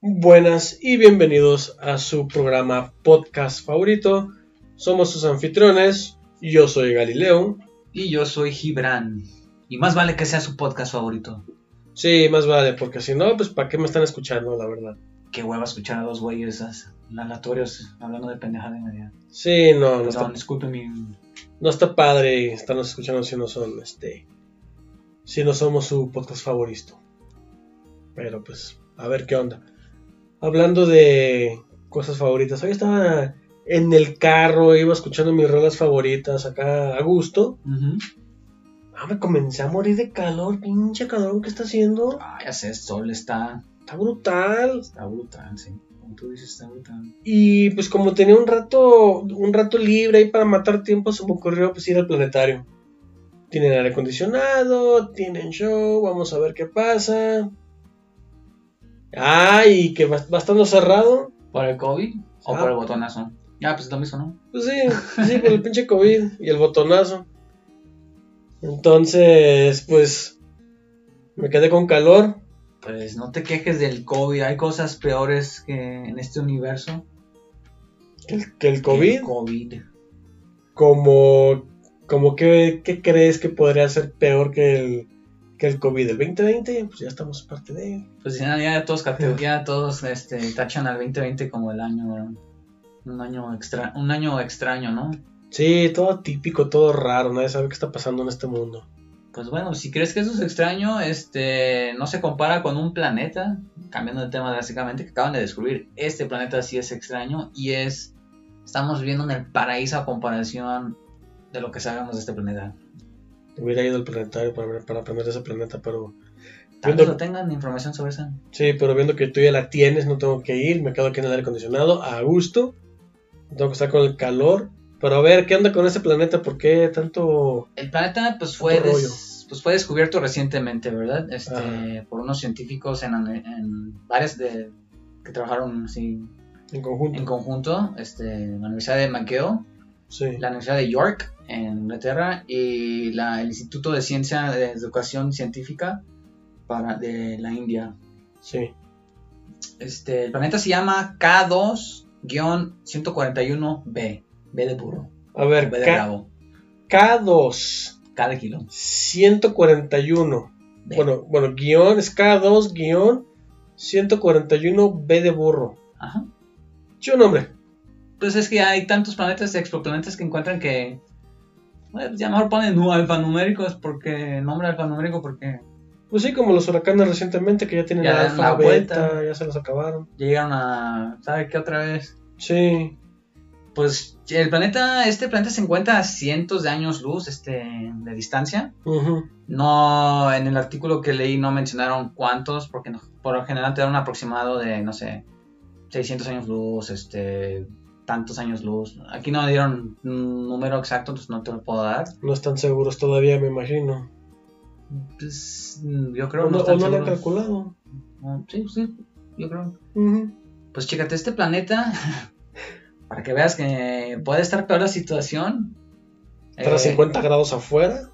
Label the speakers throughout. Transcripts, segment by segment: Speaker 1: Buenas y bienvenidos a su programa podcast favorito. Somos sus anfitriones. Yo soy Galileo.
Speaker 2: Y yo soy Gibran. Y más vale que sea su podcast favorito.
Speaker 1: Sí, más vale, porque si no, pues ¿para qué me están escuchando, la verdad?
Speaker 2: Qué hueva escuchar a dos güeyes as- aleatorios hablando de pendejada en media.
Speaker 1: Sí, no, no está,
Speaker 2: Perdón, disculpen mi...
Speaker 1: no está padre estarnos escuchando si no son, este, si no somos su podcast favorito. Pero pues, a ver qué onda. Hablando de cosas favoritas, hoy estaba en el carro, iba escuchando mis rolas favoritas acá a gusto.
Speaker 2: Ujú.
Speaker 1: Ah, me comencé a morir de calor, pinche calor que está haciendo.
Speaker 2: Ah, ya sé, el sol está,
Speaker 1: Está brutal.
Speaker 2: está brutal, sí. Como tú dices, está brutal.
Speaker 1: Y pues como tenía un rato, un rato libre ahí para matar tiempo, se me ocurrió pues ir al planetario. Tienen aire acondicionado, tienen show, vamos a ver qué pasa. Ah, y que va, va estando cerrado.
Speaker 2: ¿Por el COVID o
Speaker 1: Ah.
Speaker 2: por el botonazo? Ya, pues es lo mismo, ¿no?
Speaker 1: Pues sí, pues sí, por el pinche COVID y el botonazo. Entonces, pues me quedé con calor.
Speaker 2: Pues no te quejes del COVID, hay cosas peores que en este universo.
Speaker 1: Que el, que el
Speaker 2: que
Speaker 1: COVID,
Speaker 2: el COVID.
Speaker 1: como, como que, ¿qué crees que podría ser peor que el, que el COVID? El 2020, pues ya estamos parte de él.
Speaker 2: Pues ya, ya todos, cate- ya todos este, tachan al 2020 como el año, un año, extra, un año extraño, ¿no?
Speaker 1: Sí, todo típico, todo raro, nadie sabe qué está pasando en este mundo.
Speaker 2: Pues bueno, si crees que eso es extraño, este, no se compara con un planeta, cambiando de tema drásticamente, que acaban de descubrir, este planeta sí es extraño y es, estamos viviendo en el paraíso a comparación de lo que sabemos de este planeta.
Speaker 1: Hubiera ido al planetario para, ver- para aprender de ese planeta, pero
Speaker 2: Tal vez
Speaker 1: Viendo-
Speaker 2: no tengan información sobre eso.
Speaker 1: sí, pero viendo que tú ya la tienes, no tengo que ir, me quedo aquí en el aire acondicionado, a gusto, no tengo que estar con el calor. Pero a ver, ¿qué onda con ese planeta? ¿Por qué tanto...?
Speaker 2: El planeta pues fue,
Speaker 1: Otro
Speaker 2: des-
Speaker 1: rollo.
Speaker 2: pues fue descubierto recientemente, ¿verdad? Este,
Speaker 1: Ajá.
Speaker 2: por unos científicos en, en áreas de, que trabajaron sí,
Speaker 1: en conjunto?
Speaker 2: en conjunto, este, en la Universidad de McGill,
Speaker 1: sí.
Speaker 2: la Universidad de York en Inglaterra y la- el Instituto de Ciencia de Educación Científica para, de la India.
Speaker 1: sí.
Speaker 2: Este, el planeta se llama K2-141b, B de burro,
Speaker 1: A ver,
Speaker 2: B de
Speaker 1: K-
Speaker 2: bravo,
Speaker 1: K2,
Speaker 2: K de kilo.
Speaker 1: 141.
Speaker 2: B.
Speaker 1: Bueno, bueno, guión, es K2, guión, 141, B de burro.
Speaker 2: Ajá.
Speaker 1: Chido nombre.
Speaker 2: Pues es que hay tantos planetas y exoplanetas que encuentran que. bueno, pues ya mejor ponen nu- alfanuméricos porque. Nombre alfanumérico porque
Speaker 1: Pues sí, como los huracanes recientemente que ya tienen
Speaker 2: Ya
Speaker 1: la
Speaker 2: dan
Speaker 1: alfa,
Speaker 2: la
Speaker 1: beta,
Speaker 2: vuelta.
Speaker 1: ya se los acabaron.
Speaker 2: ya llegaron a. ¿Sabe qué otra vez?
Speaker 1: Sí,
Speaker 2: Pues el planeta. Este planeta se encuentra a cientos de años luz este, de distancia.
Speaker 1: ujú,
Speaker 2: No. En el artículo que leí no mencionaron cuántos porque no- por lo general te dan un aproximado de, no sé, 600 años luz, este. Tantos años luz. Aquí no dieron un número exacto, entonces no te lo puedo dar.
Speaker 1: no están seguros todavía, me imagino.
Speaker 2: Pues, mm, yo creo
Speaker 1: o no,
Speaker 2: están
Speaker 1: o no lo han
Speaker 2: seguros.
Speaker 1: calculado.
Speaker 2: Ah, Sí, sí, yo creo.
Speaker 1: Ujú.
Speaker 2: Pues chécate, este planeta, para que veas que puede estar peor la situación. Eh.
Speaker 1: Estar a 50 grados afuera.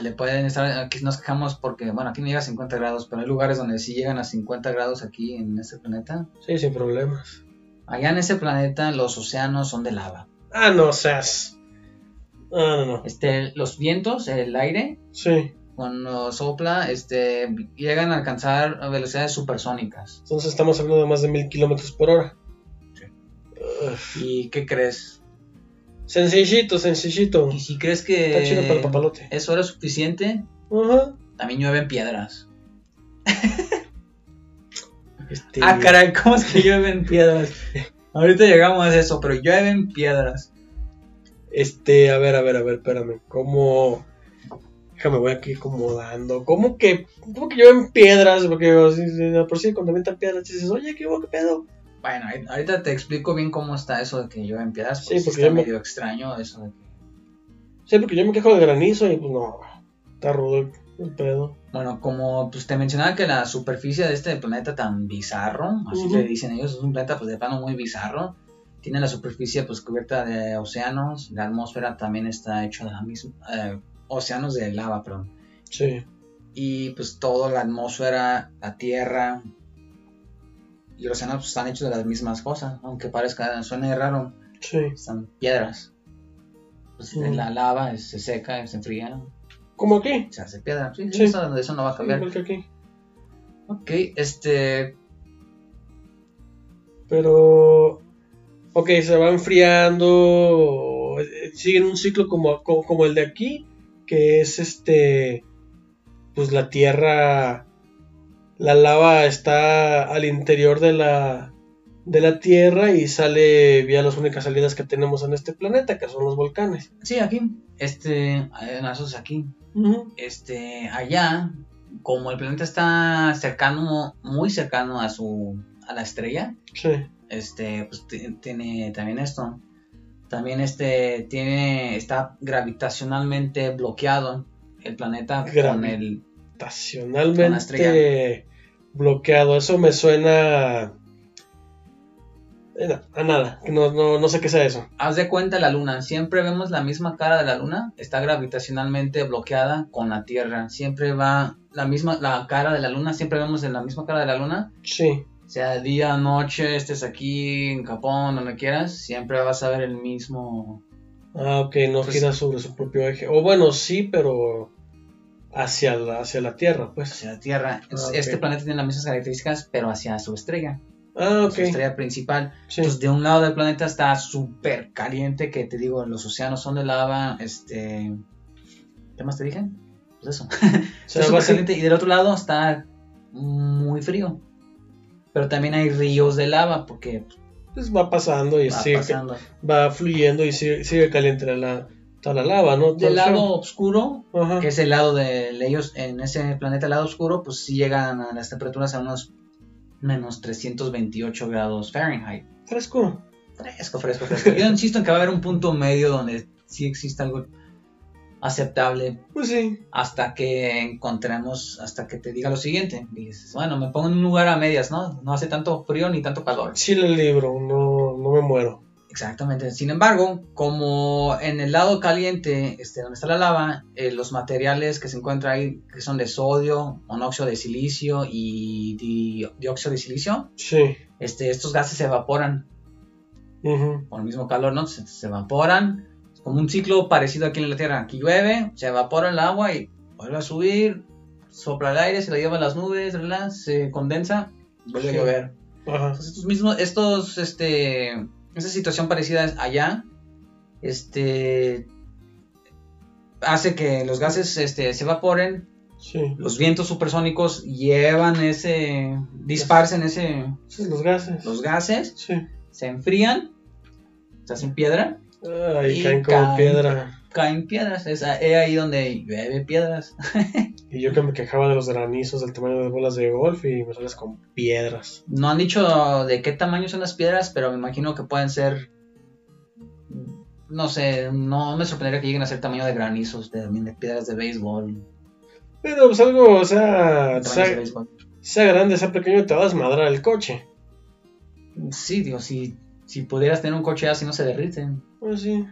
Speaker 2: le pueden estar, aquí nos quejamos porque, bueno, aquí no llega a 50 grados, pero hay lugares donde sí llegan a 50 grados aquí en este planeta.
Speaker 1: Sí, sin problemas.
Speaker 2: Allá en ese planeta los océanos son de lava.
Speaker 1: Ah, no seas. Ah, no, no.
Speaker 2: Este, los vientos, el aire,
Speaker 1: Sí,
Speaker 2: cuando sopla, este, llegan a alcanzar velocidades supersónicas.
Speaker 1: entonces estamos hablando de más de mil kilómetros por hora. Uf.
Speaker 2: ¿Y qué crees?
Speaker 1: Sencillito, sencillito.
Speaker 2: ¿Y si crees que
Speaker 1: Está chido para el papalote.
Speaker 2: eso era suficiente?
Speaker 1: Ajá.
Speaker 2: También llueven piedras.
Speaker 1: Este,
Speaker 2: Ah, caray, ¿cómo es que llueven piedras? Ahorita llegamos a eso, pero llueven piedras.
Speaker 1: Este, a ver, a ver, a ver, espérame. ¿Cómo? Déjame, voy aquí acomodando. ¿Cómo que, cómo que llueven piedras? Porque o sea, de por sí, cuando avientan piedras, dices, oye, ¿qué hubo, qué pedo?
Speaker 2: Bueno, ahí- ahorita te explico bien cómo está eso de que llueven piedras.
Speaker 1: Sí,
Speaker 2: Porque sí,
Speaker 1: porque
Speaker 2: está
Speaker 1: yo me-
Speaker 2: medio extraño eso de que...
Speaker 1: Sí, porque yo me quejo de granizo y pues no, está rudo el- el pedo.
Speaker 2: Bueno, como pues, te mencionaba que la superficie de este planeta tan bizarro, así
Speaker 1: Ujú.
Speaker 2: le dicen ellos, es un planeta pues de plano muy bizarro. Tiene la superficie pues cubierta de océanos, la atmósfera también está hecha de la misma... eh, océanos de lava, perdón.
Speaker 1: Sí.
Speaker 2: y pues toda la atmósfera, la tierra, y los enanos pues, están hechos de las mismas cosas, aunque parezca, suene raro,
Speaker 1: Sí.
Speaker 2: están piedras. Pues,
Speaker 1: Mm.
Speaker 2: La lava eh, se seca, se enfría,
Speaker 1: Como aquí.
Speaker 2: se hace piedra. Sí, sí,
Speaker 1: Sí.
Speaker 2: Eso, eso no va a cambiar.
Speaker 1: Igual que aquí.
Speaker 2: Ok, este.
Speaker 1: Pero. Ok, se va enfriando. eh, Siguen un ciclo como, co- como el de aquí. Que es este. Pues la tierra. La lava está al interior de la. De la tierra y sale vía las únicas salidas que tenemos en este planeta, que son los volcanes.
Speaker 2: Sí, aquí. Este. eh, no, eso es aquí. Este. Allá, como el planeta está cercano, muy cercano a su. a la estrella.
Speaker 1: Sí.
Speaker 2: Este, pues ti- tiene también esto. También este tiene. está gravitacionalmente bloqueado el planeta con
Speaker 1: Gravi-
Speaker 2: el. Con la
Speaker 1: Estacionalmente bloqueado. Eso me suena. a- A nada. No, no, no sé qué sea eso.
Speaker 2: Haz de cuenta la luna. Siempre vemos la misma cara de la luna. Está gravitacionalmente bloqueada con la Tierra. Siempre va. La misma, la cara de la luna, siempre vemos en la misma cara de la luna.
Speaker 1: Sí.
Speaker 2: Sea día, noche, estés aquí, en Japón, donde quieras, siempre vas a ver el mismo.
Speaker 1: Ah, ok, no
Speaker 2: Pues-
Speaker 1: gira sobre su propio eje. O bueno, sí, pero hacia la, hacia la Tierra, pues.
Speaker 2: hacia la Tierra. Es-
Speaker 1: Ah, ok.
Speaker 2: Este planeta tiene las mismas características, pero hacia su estrella,
Speaker 1: Ah,
Speaker 2: su
Speaker 1: ok.
Speaker 2: estrella principal.
Speaker 1: Sí.
Speaker 2: Entonces, de un lado del planeta está súper caliente, que te digo, los océanos son de lava, este... ¿Qué más te dije? Pues eso.
Speaker 1: O
Speaker 2: Está
Speaker 1: sea, va a
Speaker 2: súper
Speaker 1: ser-
Speaker 2: caliente y del otro lado está muy frío. Pero también hay ríos de lava, porque
Speaker 1: pues, va pasando y
Speaker 2: va
Speaker 1: sigue,
Speaker 2: pasando.
Speaker 1: va fluyendo y sigue, sigue caliente la, la, toda la lava, ¿no? Todo
Speaker 2: Del
Speaker 1: el
Speaker 2: lado oscuro
Speaker 1: frío. Ajá.
Speaker 2: que es el lado de ellos, en ese planeta al lado oscuro, pues sí llegan a las temperaturas a unos menos 328 grados Fahrenheit.
Speaker 1: Fresco.
Speaker 2: Fresco, fresco, fresco. Yo insisto en que va a haber un punto medio donde sí existe algo aceptable
Speaker 1: Pues sí.
Speaker 2: hasta que encontremos, hasta que te diga lo siguiente. Dices, bueno, me pongo en un lugar a medias, ¿no? No hace tanto frío ni tanto calor.
Speaker 1: Sí le libro, no, no me muero.
Speaker 2: Exactamente. Sin embargo, como en el lado caliente, este, donde está la lava, eh, los materiales que se encuentran ahí, que son de sodio, monóxido de silicio y di- dióxido de silicio,
Speaker 1: Sí.
Speaker 2: este, estos gases se evaporan
Speaker 1: Ujú.
Speaker 2: por el mismo calor, ¿no? Se, se evaporan. Es como un ciclo parecido aquí en la Tierra. Aquí llueve, se evapora el agua y vuelve a subir, sopla el aire, se lo lleva a las nubes, bla, bla, se condensa, vuelve
Speaker 1: Sí.
Speaker 2: a llover.
Speaker 1: Ajá.
Speaker 2: Entonces, estos mismos, estos, este, esa situación parecida es allá, este, hace que los gases, este, se evaporen,
Speaker 1: Sí.
Speaker 2: los vientos supersónicos llevan ese, disparcen ese,
Speaker 1: Sí, Los gases.
Speaker 2: los gases,
Speaker 1: Sí.
Speaker 2: se enfrían, se hacen piedra,
Speaker 1: Ay,
Speaker 2: Y
Speaker 1: caen como
Speaker 2: caen.
Speaker 1: piedra.
Speaker 2: caen piedras, es a- es ahí donde llueve piedras.
Speaker 1: Y yo que me quejaba de los granizos del tamaño de bolas de golf y me sales con piedras.
Speaker 2: No han dicho de qué tamaño son las piedras, pero me imagino que pueden ser. No sé, no me sorprendería que lleguen a ser tamaño de granizos, de, también de piedras de béisbol.
Speaker 1: Pero pues algo, o sea,
Speaker 2: tamaños de
Speaker 1: sea,
Speaker 2: béisbol.
Speaker 1: sea grande, sea pequeño, te vas a madrar el coche.
Speaker 2: Sí, digo, si, si pudieras tener un coche así no se derriten.
Speaker 1: Pues sí.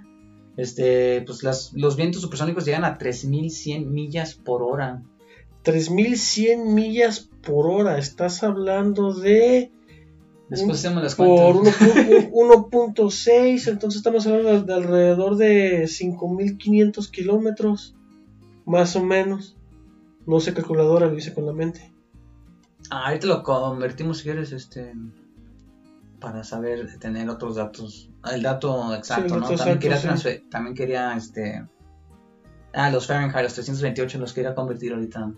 Speaker 2: Este, pues las, los vientos supersónicos llegan a 3100 millas por hora.
Speaker 1: 3100 millas por hora. Estás hablando de.
Speaker 2: Después hacemos las
Speaker 1: Por
Speaker 2: cuentas.
Speaker 1: 1.6, 1.6, entonces estamos hablando de alrededor de 5500 kilómetros. Más o menos. No sé, calculadora, lo hice con la mente.
Speaker 2: Ah, ahorita lo convertimos si quieres, este. Para saber tener otros datos. Ah, El dato exacto, ¿no?
Speaker 1: dato
Speaker 2: también, quería
Speaker 1: exacto,
Speaker 2: transfe- también quería, este. Ah, los Fahrenheit, los 328, los quería convertir ahorita.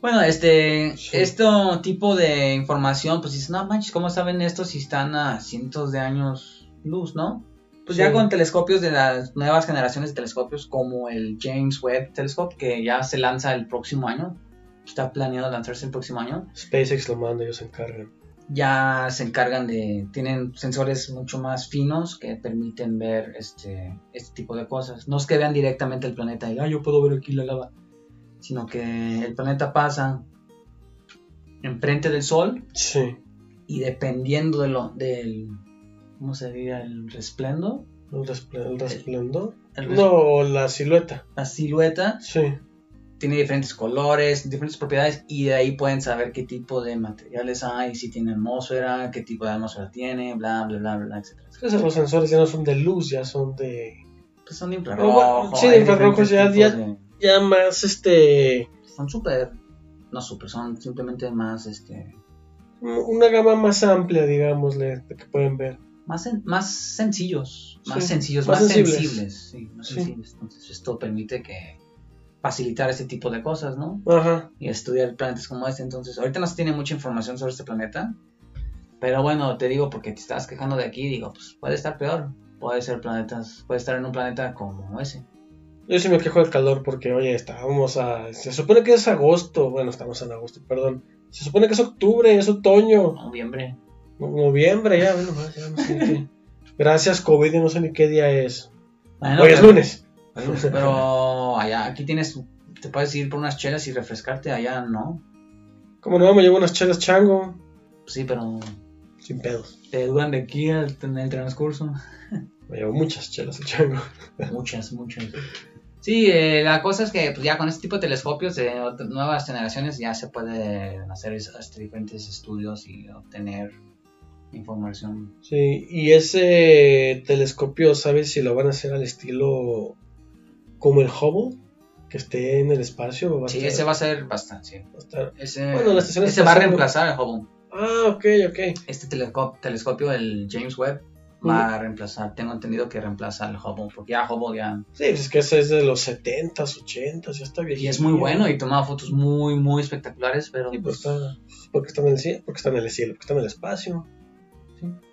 Speaker 2: Bueno, este.
Speaker 1: Sí.
Speaker 2: Este tipo de información, pues dices, no manches, ¿cómo saben esto si están a cientos de años luz, no? Pues ya
Speaker 1: Sí.
Speaker 2: con telescopios de las nuevas generaciones de telescopios, como el James Webb Telescope, que ya se lanza el próximo año. Está planeado lanzarse el próximo año
Speaker 1: SpaceX lo manda, ellos se encargan.
Speaker 2: ya se encargan de, tienen sensores mucho más finos que permiten ver este, este tipo de cosas. No es que vean directamente el planeta y, ah, yo puedo ver aquí la lava, sino que el planeta pasa enfrente del Sol
Speaker 1: Sí.
Speaker 2: y dependiendo de lo, del, ¿cómo se diría? El resplendo,
Speaker 1: El, respl- el resplendor.
Speaker 2: el res-
Speaker 1: No, la silueta.
Speaker 2: la silueta,
Speaker 1: Sí.
Speaker 2: tiene diferentes colores, diferentes propiedades, y de ahí pueden saber qué tipo de materiales hay, si tiene atmósfera, qué tipo de atmósfera tiene, bla, bla, bla, bla, etcétera.
Speaker 1: Es que esos- los sensores ya no son de luz, ya son de.
Speaker 2: Pues son de
Speaker 1: Pero
Speaker 2: infrarrojo.
Speaker 1: bueno, sí, de
Speaker 2: hay
Speaker 1: infrarrojo
Speaker 2: diferentes
Speaker 1: ya-
Speaker 2: tipos de-
Speaker 1: Ya más este.
Speaker 2: Son súper, no súper, son simplemente más, este,
Speaker 1: Una gama más amplia, digamos, de que pueden ver.
Speaker 2: más, sen- más sencillos,
Speaker 1: Sí,
Speaker 2: más sencillos,
Speaker 1: más
Speaker 2: más,
Speaker 1: sensibles.
Speaker 2: sensibles. sí, más
Speaker 1: Sí.
Speaker 2: sensibles. Entonces esto permite que facilitar este tipo de cosas, ¿no?
Speaker 1: Ajá.
Speaker 2: y estudiar planetas como este. Entonces, ahorita no se tiene mucha información sobre este planeta. Pero bueno, te digo, porque te estás quejando de aquí, digo, pues puede estar peor. Puede ser planetas, puede estar en un planeta como ese.
Speaker 1: Yo sí me quejo del calor porque, oye, estábamos a. Se supone que es agosto. Bueno, estamos en agosto, perdón. Se supone que es octubre, es otoño.
Speaker 2: Noviembre.
Speaker 1: No- Noviembre, ya, bueno, más, ya no sé qué. Gracias, COVID, yo no sé ni qué día es.
Speaker 2: Bueno,
Speaker 1: Hoy es
Speaker 2: pero-
Speaker 1: lunes.
Speaker 2: Pero allá, aquí tienes, te puedes ir por unas chelas y refrescarte, allá no.
Speaker 1: Como no, me llevo unas chelas chango.
Speaker 2: Sí, pero
Speaker 1: Sin pedos.
Speaker 2: te duran de aquí al- en el transcurso.
Speaker 1: Me llevo muchas chelas el chango.
Speaker 2: Muchas, muchas. Sí, eh, la cosa es que pues, ya con este tipo de telescopios de ot- nuevas generaciones ya se pueden hacer es- hasta diferentes estudios y obtener información.
Speaker 1: Sí, y ese telescopio, ¿sabes si lo van a hacer al estilo como el Hubble? Que esté en el espacio. Va a
Speaker 2: Sí,
Speaker 1: estar-
Speaker 2: ese va a ser bastante. sí.
Speaker 1: va a estar-
Speaker 2: Ese,
Speaker 1: Pues Bueno, la estación
Speaker 2: ese va a
Speaker 1: espacial-
Speaker 2: reemplazar al Hubble.
Speaker 1: Ah, ok, ok.
Speaker 2: Este teleco- telescopio, el James Webb, va a reemplazar, tengo entendido que reemplaza al Hubble, porque ya Hubble ya...
Speaker 1: Sí, pues es que ese es de los 70s, 80s, ya está viejito.
Speaker 2: Y es muy bueno y tomaba fotos muy, muy espectaculares, pero...
Speaker 1: Y pues
Speaker 2: pues,
Speaker 1: está, porque está en el cielo, porque está en el cielo, porque está en el espacio.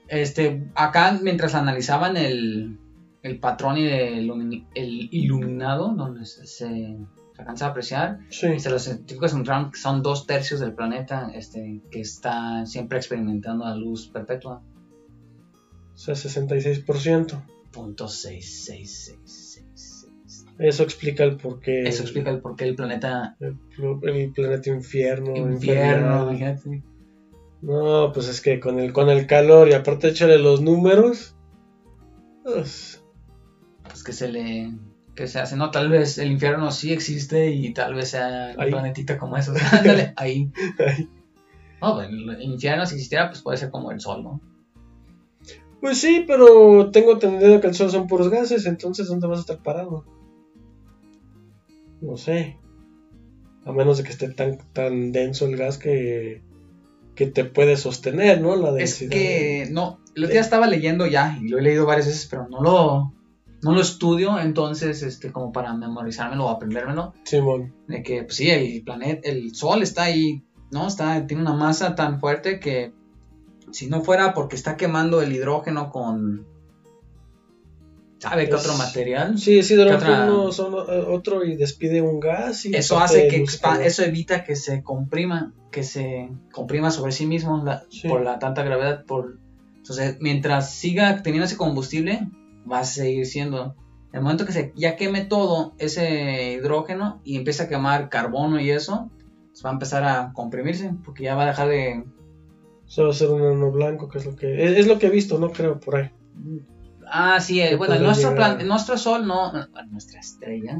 Speaker 2: Este, acá mientras analizaban el, el patrón y el, ilumi- el iluminado, donde se, se alcanza a apreciar,
Speaker 1: Sí.
Speaker 2: este, los científicos encontraron que son dos tercios del planeta este, que está siempre experimentando la luz perpetua.
Speaker 1: O sea, 66%.
Speaker 2: Punto seis, seis, seis, seis, seis.
Speaker 1: Eso explica el porqué.
Speaker 2: Eso explica el por qué el planeta
Speaker 1: El, pl- el planeta infierno.
Speaker 2: infierno,
Speaker 1: infernal.
Speaker 2: imagínate.
Speaker 1: No, pues es que con el, con el calor y aparte échale los números. pues,
Speaker 2: Pues que se le... Que se hace, no, tal vez el infierno sí existe y tal vez sea un
Speaker 1: Ahí.
Speaker 2: planetita como esos. Ándale, ahí.
Speaker 1: ay.
Speaker 2: No, pues, el infierno si existiera, pues puede ser como el sol, ¿no?
Speaker 1: Pues sí, pero tengo entendido que el sol son puros gases, entonces ¿dónde vas a estar parado? No sé. A menos de que esté tan, tan denso el gas que, que te puede sostener, ¿no? La
Speaker 2: Es
Speaker 1: densidad.
Speaker 2: que, no, el otro día estaba leyendo ya, y lo he leído varias veces, pero no lo, no lo estudio, entonces, este, como para memorizármelo o aprendérmelo,
Speaker 1: Simón.
Speaker 2: de que, pues sí, el planeta, el sol está ahí, ¿no? Está, tiene una masa tan fuerte que, si no fuera porque está quemando el hidrógeno con, ¿sabe qué
Speaker 1: Es-
Speaker 2: otro material?
Speaker 1: Sí, sí, de
Speaker 2: ¿Qué
Speaker 1: repente
Speaker 2: otra?
Speaker 1: uno son eh, otro y despide un gas y
Speaker 2: Eso
Speaker 1: aparte
Speaker 2: hace que
Speaker 1: luz
Speaker 2: expa-
Speaker 1: calor.
Speaker 2: eso evita que se comprima, que se comprima sobre sí mismo la-
Speaker 1: Sí.
Speaker 2: por la tanta gravedad, por entonces mientras siga teniendo ese combustible va a seguir siendo. En el momento que se ya queme todo ese hidrógeno y empieza a quemar carbono y eso, pues va a empezar a comprimirse porque ya va a dejar de
Speaker 1: Eso va a ser un ano blanco, que es lo que es, es lo que he visto, no creo por ahí.
Speaker 2: Ah, sí, eh,
Speaker 1: Que
Speaker 2: bueno,
Speaker 1: podría
Speaker 2: nuestro
Speaker 1: llegar.
Speaker 2: plan, nuestro sol no, bueno, nuestra estrella,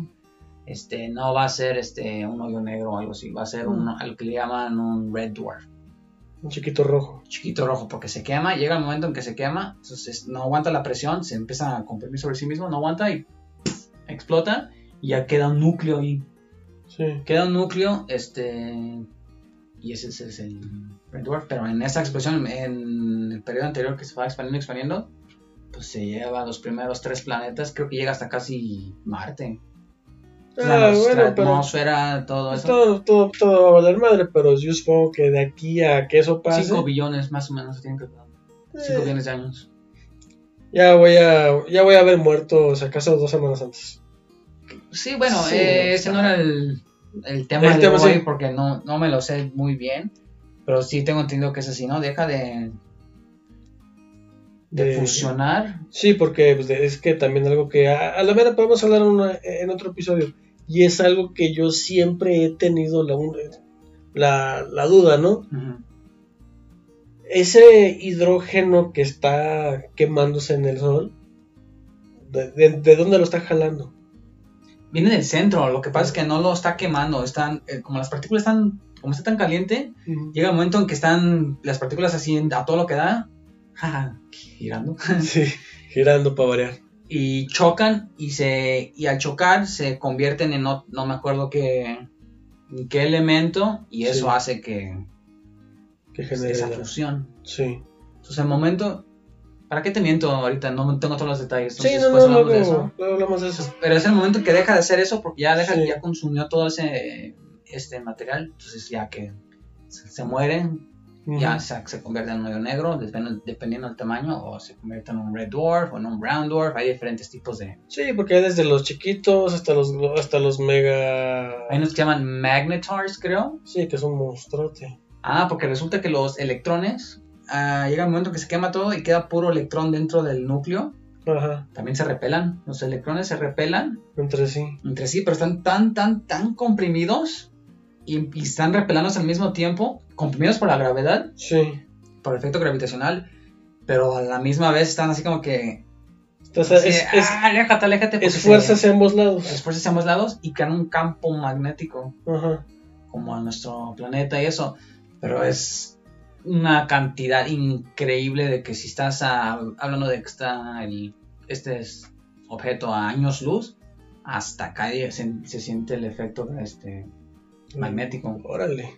Speaker 2: este, no va a ser este un hoyo negro o algo así, va a
Speaker 1: Mm.
Speaker 2: ser un, algo que le llaman un red dwarf.
Speaker 1: Un chiquito rojo.
Speaker 2: chiquito rojo porque se quema, llega el momento en que se quema, entonces no aguanta la presión, se empieza a comprimir sobre sí mismo, no aguanta y ¡puf! explota y ya queda un núcleo ahí.
Speaker 1: Sí.
Speaker 2: Queda un núcleo, este, y ese, ese es el Red Dwarf, pero en esa explosión, en el periodo anterior que se va expandiendo, expandiendo, pues se lleva los primeros tres planetas, creo que llega hasta casi Marte. O sea,
Speaker 1: Ah,
Speaker 2: nuestra
Speaker 1: bueno, pero pues
Speaker 2: atmósfera, todo eso.
Speaker 1: todo, todo, todo va a valer madre, pero yo supongo que de aquí a que eso pase,
Speaker 2: 5 billones más o menos, tienen que
Speaker 1: eh,
Speaker 2: 5 billones de años.
Speaker 1: ya voy a ya voy a haber muerto, o sea, acaso dos semanas antes.
Speaker 2: Sí, bueno,
Speaker 1: Sí,
Speaker 2: eh,
Speaker 1: no,
Speaker 2: ese
Speaker 1: está.
Speaker 2: no era el, el tema
Speaker 1: El
Speaker 2: de
Speaker 1: tema,
Speaker 2: hoy
Speaker 1: sí.
Speaker 2: porque no, no me lo sé muy bien, pero sí tengo entendido que es así, ¿no? Deja de, de,
Speaker 1: De-
Speaker 2: fusionar.
Speaker 1: Sí, porque pues, de- es que también algo que a, a la mera podemos hablar en, una- en otro episodio y es algo que yo siempre he tenido la un- la, la duda, ¿no?
Speaker 2: Ujú.
Speaker 1: Ese hidrógeno que está quemándose en el sol, ¿de, de- de dónde lo está jalando?
Speaker 2: viene del centro. Lo que pasa es que no lo está quemando. Están, eh, como las partículas están, como está tan caliente,
Speaker 1: Ujú.
Speaker 2: llega el momento en que están las partículas así en- a todo lo que da, jaja, girando,
Speaker 1: Sí, girando para variar.
Speaker 2: y chocan y se y al chocar se convierten en no, no me acuerdo qué, en qué elemento y eso
Speaker 1: Sí.
Speaker 2: hace que pues,
Speaker 1: Que genera
Speaker 2: esa
Speaker 1: la-
Speaker 2: fusión.
Speaker 1: Sí.
Speaker 2: Entonces al momento, ¿para qué te miento ahorita? No tengo todos los detalles.
Speaker 1: Sí,
Speaker 2: entonces,
Speaker 1: no, no,
Speaker 2: después hablamos
Speaker 1: luego,
Speaker 2: de eso.
Speaker 1: luego hablamos de eso.
Speaker 2: Pero es el momento en que deja de hacer eso porque ya deja,
Speaker 1: Sí.
Speaker 2: ya consumió todo ese este material, entonces ya que se, se mueren, ya
Speaker 1: Ujú.
Speaker 2: se, se convierte en un hoyo negro, dependiendo, dependiendo del tamaño, o se convierte en un red dwarf o en un brown dwarf. Hay diferentes tipos de.
Speaker 1: Sí, porque hay desde los chiquitos hasta los hasta los mega.
Speaker 2: Hay unos que se llaman magnetars, creo.
Speaker 1: Sí, que es un monstruote.
Speaker 2: Ah, porque resulta que los electrones. ah, llega un momento que se quema todo y queda puro electrón dentro del núcleo.
Speaker 1: Ajá,
Speaker 2: También se repelan. Los electrones se repelan
Speaker 1: entre sí.
Speaker 2: entre sí, pero están tan, tan, tan comprimidos y, y están repelándose al mismo tiempo, comprimidos por la gravedad,
Speaker 1: Sí.
Speaker 2: por el efecto gravitacional, pero a la misma vez están así como que
Speaker 1: Entonces,
Speaker 2: Sí,
Speaker 1: es, es,
Speaker 2: ah, aléjate, aléjate. porque
Speaker 1: es fuerza
Speaker 2: se-
Speaker 1: hacia ambos lados.
Speaker 2: Esfuerzas a ambos lados y crean un campo magnético
Speaker 1: Ajá.
Speaker 2: como en nuestro planeta y eso. Pero es una cantidad increíble de que si estás a- hablando de que está el, este es- objeto a años luz, hasta acá ya se, se siente el efecto este, magnético.
Speaker 1: Órale.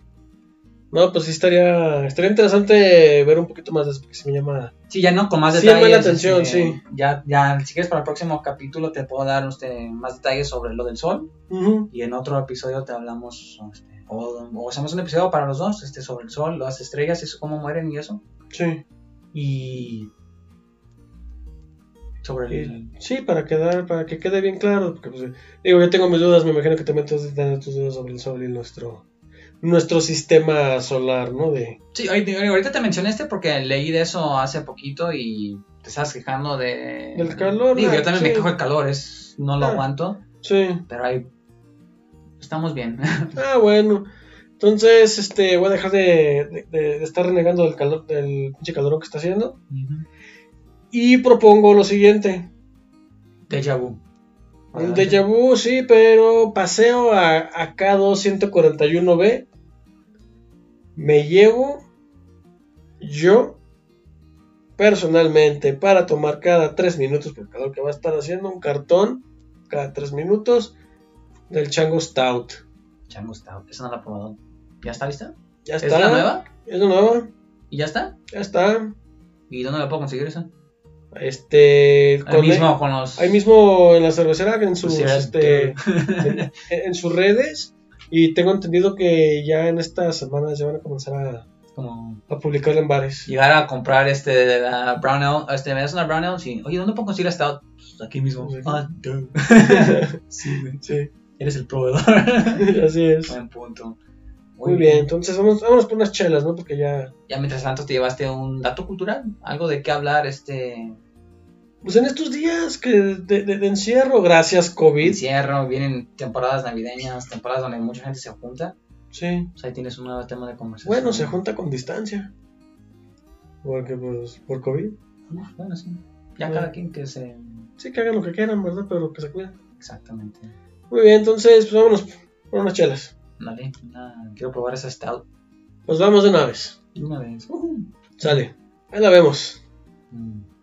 Speaker 1: No, pues sí estaría, estaría interesante ver un poquito más de eso, porque sí me llama.
Speaker 2: Sí, ya no, con más
Speaker 1: Sí,
Speaker 2: detalles.
Speaker 1: llama la atención,
Speaker 2: este,
Speaker 1: sí.
Speaker 2: Ya, ya, si quieres para el próximo capítulo te puedo dar este, más detalles sobre lo del sol.
Speaker 1: Ujú.
Speaker 2: y en otro episodio te hablamos este, o, o hacemos un episodio para los dos este sobre el sol las estrellas eso cómo mueren y eso
Speaker 1: Sí.
Speaker 2: y sobre el
Speaker 1: Sí, para quedar, para que quede bien claro, porque pues, digo, yo tengo mis dudas, me imagino que también tú has de tener tus dudas sobre el sol y nuestro nuestro sistema solar, ¿no? De
Speaker 2: sí ahí te- ahorita te mencioné este porque leí de eso hace poquito y te estabas quejando de
Speaker 1: Del calor,
Speaker 2: digo
Speaker 1: ah,
Speaker 2: yo también me
Speaker 1: sí.
Speaker 2: quejo del calor es no lo
Speaker 1: Ah.
Speaker 2: aguanto
Speaker 1: Sí.
Speaker 2: pero ahí estamos bien
Speaker 1: Ah, bueno. Entonces, este, voy a dejar de, de- de estar renegando del calor, del pinche calorón que está haciendo. Y propongo lo siguiente.
Speaker 2: déjà vu Ah.
Speaker 1: Un déjà vu, sí, pero paseo a, a K2141B. Me llevo yo personalmente para tomar cada 3 minutos, porque cada que va a estar haciendo un cartón cada 3 minutos del Chango Stout.
Speaker 2: Chango Stout, esa no la he probado ya está lista
Speaker 1: Ya
Speaker 2: es
Speaker 1: está.
Speaker 2: la nueva
Speaker 1: Es la nueva.
Speaker 2: y ya está
Speaker 1: Ya está.
Speaker 2: y dónde la puedo conseguir esa
Speaker 1: Este.
Speaker 2: Ahí
Speaker 1: con-
Speaker 2: mismo con los.
Speaker 1: ahí mismo en la cervecera, en sus,
Speaker 2: Pues,
Speaker 1: este,
Speaker 2: eh,
Speaker 1: en, en sus redes. Y tengo entendido que ya en estas semanas ya van a comenzar a,
Speaker 2: Como
Speaker 1: a publicar en bares.
Speaker 2: llegar a comprar este de la Brown Ale. Este, ¿Me das una Brown Ale? Sí. Oye, ¿dónde puedo conseguir esta? Pues, Aquí mismo.
Speaker 1: Sí.
Speaker 2: Ah, duh. Sí, güey.
Speaker 1: Sí,
Speaker 2: Eres el proveedor.
Speaker 1: así es.
Speaker 2: Buen punto.
Speaker 1: Muy bien, entonces vamos, vámonos por unas chelas, ¿no? Porque ya.
Speaker 2: Ya mientras tanto te llevaste un dato cultural. Algo de qué hablar. Este.
Speaker 1: Pues en estos días que de, de- de encierro, gracias COVID.
Speaker 2: Encierro. Vienen temporadas navideñas. Temporadas donde mucha gente se junta.
Speaker 1: Sí.
Speaker 2: Pues ahí tienes un nuevo tema de conversación.
Speaker 1: Bueno, se junta con distancia. Porque, pues, por COVID.
Speaker 2: Bueno, sí. Ya
Speaker 1: Bueno.
Speaker 2: cada quien que eh, se.
Speaker 1: Sí, que hagan lo que quieran, ¿verdad? Pero que se cuiden.
Speaker 2: Exactamente.
Speaker 1: Muy bien, entonces, pues vámonos por unas chelas.
Speaker 2: Dale. una- Quiero probar esa stout.
Speaker 1: Nos vamos de una vez.
Speaker 2: De una vez. Ujú.
Speaker 1: Sale. Ahí la vemos.
Speaker 2: Mm.